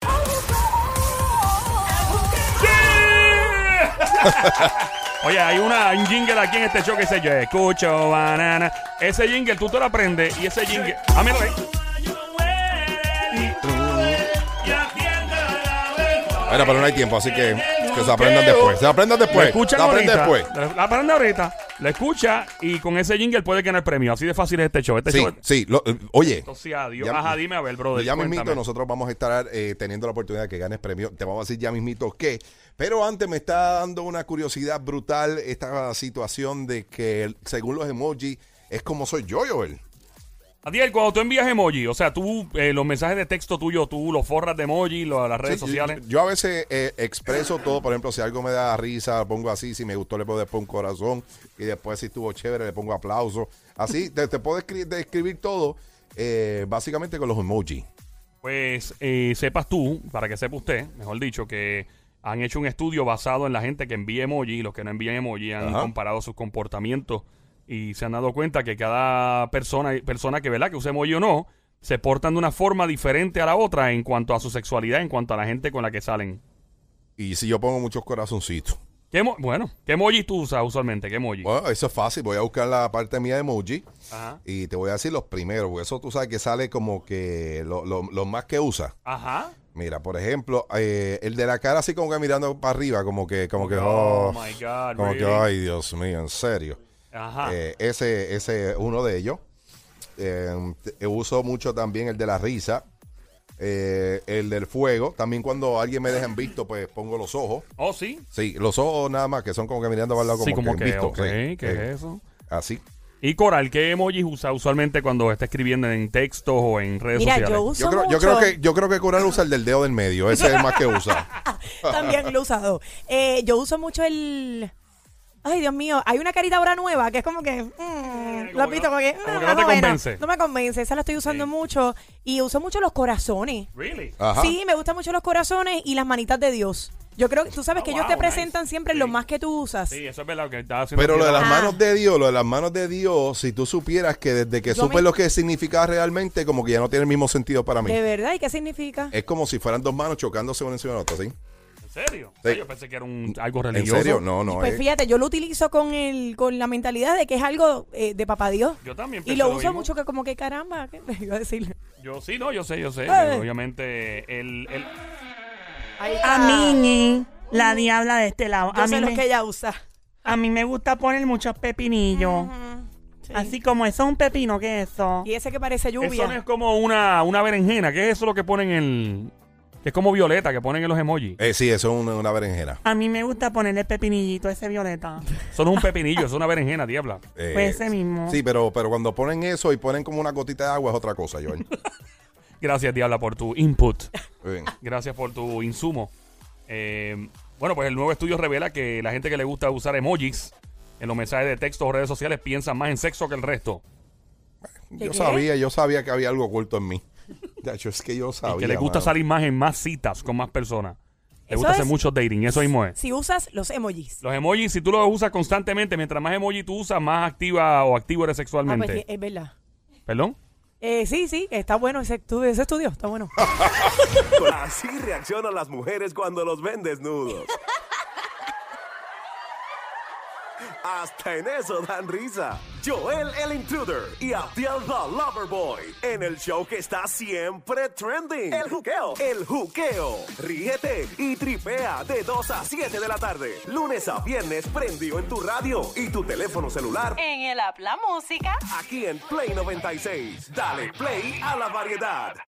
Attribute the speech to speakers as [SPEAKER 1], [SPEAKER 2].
[SPEAKER 1] Oye, hay una, un jingle aquí en este show que dice yo escucho banana. Ese jingle tú te lo aprendes y ese jingle. Ah, mira, ve.
[SPEAKER 2] Mira, pero no hay tiempo, así que que se aprendan después. Se aprendan
[SPEAKER 1] Lo
[SPEAKER 2] después.
[SPEAKER 1] escuchan
[SPEAKER 2] Se aprenden
[SPEAKER 1] ahorita.
[SPEAKER 2] Pues, después.
[SPEAKER 1] La- La aprende ahorita. La escucha y con ese jingle puede ganar premio. Así de fácil es este show. Este
[SPEAKER 2] Sí,
[SPEAKER 1] show.
[SPEAKER 2] sí. lo- eh, oye,
[SPEAKER 1] Entonces, adiós.
[SPEAKER 2] Ya-
[SPEAKER 1] Ajá, dime a ver, brother.
[SPEAKER 2] ya mismito
[SPEAKER 1] cuéntame.
[SPEAKER 2] nosotros vamos a estar eh, teniendo la oportunidad de que ganes premio. Te vamos a decir ya mismito qué. Pero antes me está dando una curiosidad brutal esta situación de que según los emojis es como soy yo, Joel.
[SPEAKER 1] Adiel, cuando tú envías emoji, o sea, tú eh, los mensajes de texto tuyo, tú los forras de emoji, lo- las redes
[SPEAKER 2] Sí,
[SPEAKER 1] sociales.
[SPEAKER 2] Yo, yo a veces eh, expreso todo, por ejemplo, si algo me da risa, lo pongo así, si me gustó le pongo después un corazón y después si estuvo chévere le pongo aplauso. Así, te, te puedo escri- describir todo eh, básicamente con los emojis.
[SPEAKER 1] Pues eh, sepas tú, para que sepa usted, mejor dicho, que han hecho un estudio basado en la gente que envía emoji y los que no envían emoji han
[SPEAKER 2] Ajá.
[SPEAKER 1] comparado sus comportamientos y se han dado cuenta que cada persona, persona que verdad que use emoji o no, se portan de una forma diferente a la otra en cuanto a su sexualidad, en cuanto a la gente con la que salen.
[SPEAKER 2] Y si yo pongo muchos corazoncitos.
[SPEAKER 1] ¿Qué emo- bueno, ¿qué emoji tú usas usualmente? ¿Qué emoji?
[SPEAKER 2] Bueno, eso es fácil, voy a buscar la parte mía de emoji
[SPEAKER 1] Ajá.
[SPEAKER 2] y te voy a decir los primeros, porque eso tú sabes que sale como que lo- lo- los más que usa.
[SPEAKER 1] Ajá.
[SPEAKER 2] Mira, por ejemplo, eh, el de la cara así como que mirando para arriba, como que, como que,
[SPEAKER 1] Oh,
[SPEAKER 2] oh,
[SPEAKER 1] my God,
[SPEAKER 2] como que,
[SPEAKER 1] really?
[SPEAKER 2] ay, Dios mío, en serio.
[SPEAKER 1] Ajá.
[SPEAKER 2] Eh, ese ese es uno de ellos. Eh, te- uso mucho también el de la risa, eh, el del fuego. También cuando alguien me deja en visto, pues pongo los ojos.
[SPEAKER 1] oh, sí.
[SPEAKER 2] Sí, los ojos nada más, que son como que mirando para el lado como,
[SPEAKER 1] sí, como
[SPEAKER 2] en
[SPEAKER 1] que,
[SPEAKER 2] visto.
[SPEAKER 1] ok,
[SPEAKER 2] sí, eh.
[SPEAKER 1] ¿qué
[SPEAKER 2] sí.
[SPEAKER 1] es eso?
[SPEAKER 2] Así.
[SPEAKER 1] Y Coral, ¿qué emojis usa usualmente cuando está escribiendo en textos o en redes
[SPEAKER 3] Mira,
[SPEAKER 1] sociales?
[SPEAKER 3] yo uso
[SPEAKER 2] Yo creo, yo
[SPEAKER 3] mucho.
[SPEAKER 2] creo que yo creo que Coral usa el del dedo del medio, ese es el más que usa.
[SPEAKER 3] También lo he usado. Eh, yo uso mucho el. Ay, Dios mío, hay una carita ahora nueva que es como que. mm,
[SPEAKER 1] como
[SPEAKER 3] lo
[SPEAKER 1] que
[SPEAKER 3] pito,
[SPEAKER 1] no-
[SPEAKER 3] como que.
[SPEAKER 1] como que no
[SPEAKER 3] mm,
[SPEAKER 1] te
[SPEAKER 3] más o menos.
[SPEAKER 1] convence.
[SPEAKER 3] No me convence, esa la estoy usando
[SPEAKER 1] Sí.
[SPEAKER 3] mucho. Y uso mucho los corazones.
[SPEAKER 1] Really?
[SPEAKER 2] Ajá.
[SPEAKER 3] Sí, me gustan mucho los corazones y las manitas de Dios. Yo creo que tú sabes
[SPEAKER 1] Ah,
[SPEAKER 3] que
[SPEAKER 1] wow,
[SPEAKER 3] ellos te
[SPEAKER 1] nice.
[SPEAKER 3] presentan siempre
[SPEAKER 1] Sí.
[SPEAKER 3] lo más que tú usas.
[SPEAKER 1] Sí, eso es verdad que estaba haciendo.
[SPEAKER 2] Pero lo de las
[SPEAKER 3] Ah.
[SPEAKER 2] manos de Dios, lo de las manos de Dios, si tú supieras que desde que
[SPEAKER 3] Yo
[SPEAKER 2] supe
[SPEAKER 3] me-
[SPEAKER 2] lo que significaba realmente, como que ya no tiene el mismo sentido para mí.
[SPEAKER 3] ¿De verdad? ¿Y qué significa?
[SPEAKER 2] Es como si fueran dos manos chocándose una encima de la otra, ¿sí?
[SPEAKER 1] ¿En serio?
[SPEAKER 2] Sí.
[SPEAKER 1] Ay, Yo pensé que era un, algo
[SPEAKER 2] ¿En
[SPEAKER 1] religioso.
[SPEAKER 2] serio? No, no.
[SPEAKER 3] pues
[SPEAKER 2] eh.
[SPEAKER 3] fíjate, yo lo utilizo con el con la mentalidad de que es algo eh, de papá Dios.
[SPEAKER 1] Yo también
[SPEAKER 3] Y
[SPEAKER 1] pienso
[SPEAKER 3] lo
[SPEAKER 1] lo
[SPEAKER 3] uso
[SPEAKER 1] mismo.
[SPEAKER 3] mucho que como que caramba, ¿qué te iba a decir?
[SPEAKER 1] Yo sí, no, yo sé, yo sé.
[SPEAKER 3] Eh.
[SPEAKER 1] Obviamente, el, el-
[SPEAKER 3] Ahí está.
[SPEAKER 4] A mí, ni la diabla de este lado.
[SPEAKER 3] Ah. Yo
[SPEAKER 4] A mí,
[SPEAKER 3] sé los
[SPEAKER 4] me,
[SPEAKER 3] que ella usa.
[SPEAKER 4] a mí me gusta poner muchos pepinillos. Así como eso es un pepino, ¿qué es eso?
[SPEAKER 3] Y ese que parece
[SPEAKER 1] eso no
[SPEAKER 3] lluvia.
[SPEAKER 1] es como una, una berenjena. ¿Qué es eso lo que ponen en. que es como violeta, que ponen en los emojis?
[SPEAKER 2] Eh, sí, eso es una, una berenjena.
[SPEAKER 4] A mí me gusta ponerle pepinillito a ese violeta.
[SPEAKER 1] Eso no es un pepinillo, eso es una berenjena, diabla.
[SPEAKER 2] Eh,
[SPEAKER 4] Pues ese mismo.
[SPEAKER 2] Sí, pero, pero cuando ponen eso y ponen como una gotita de agua es otra cosa, Joel.
[SPEAKER 1] Gracias, diabla, por tu input.
[SPEAKER 2] Muy bien.
[SPEAKER 1] Gracias por tu insumo. Eh, bueno, pues el nuevo estudio revela que la gente que le gusta usar emojis en los mensajes de texto o redes sociales piensa más en sexo que el resto.
[SPEAKER 2] Yo
[SPEAKER 3] qué?
[SPEAKER 2] sabía, yo sabía que había algo oculto en mí. De hecho, es que yo sabía.
[SPEAKER 1] que le gusta
[SPEAKER 2] mano.
[SPEAKER 1] salir más en más citas con más personas. Le
[SPEAKER 3] Eso
[SPEAKER 1] gusta hacer
[SPEAKER 3] es-
[SPEAKER 1] mucho dating, eso mismo es.
[SPEAKER 3] Si usas los emojis.
[SPEAKER 1] Los emojis, si tú los usas constantemente, mientras más emojis tú usas, más activa o activo eres
[SPEAKER 3] Ah, pues
[SPEAKER 1] sexualmente.
[SPEAKER 3] sí, es verdad.
[SPEAKER 1] ¿Perdón?
[SPEAKER 3] Eh, sí, sí, está bueno ese estudio, ese estudio está bueno.
[SPEAKER 5] Así reaccionan las mujeres cuando los ven desnudos. Hasta en eso dan risa. Joel el Intruder y Abdiel the Loverboy en el show que está siempre trending. El juqueo. El juqueo. Ríete y tripea de 2 a 7 de la tarde. Lunes a viernes prendido en tu radio y tu teléfono celular
[SPEAKER 6] En el app La Música.
[SPEAKER 5] aquí en Play 96. Dale play a la variedad.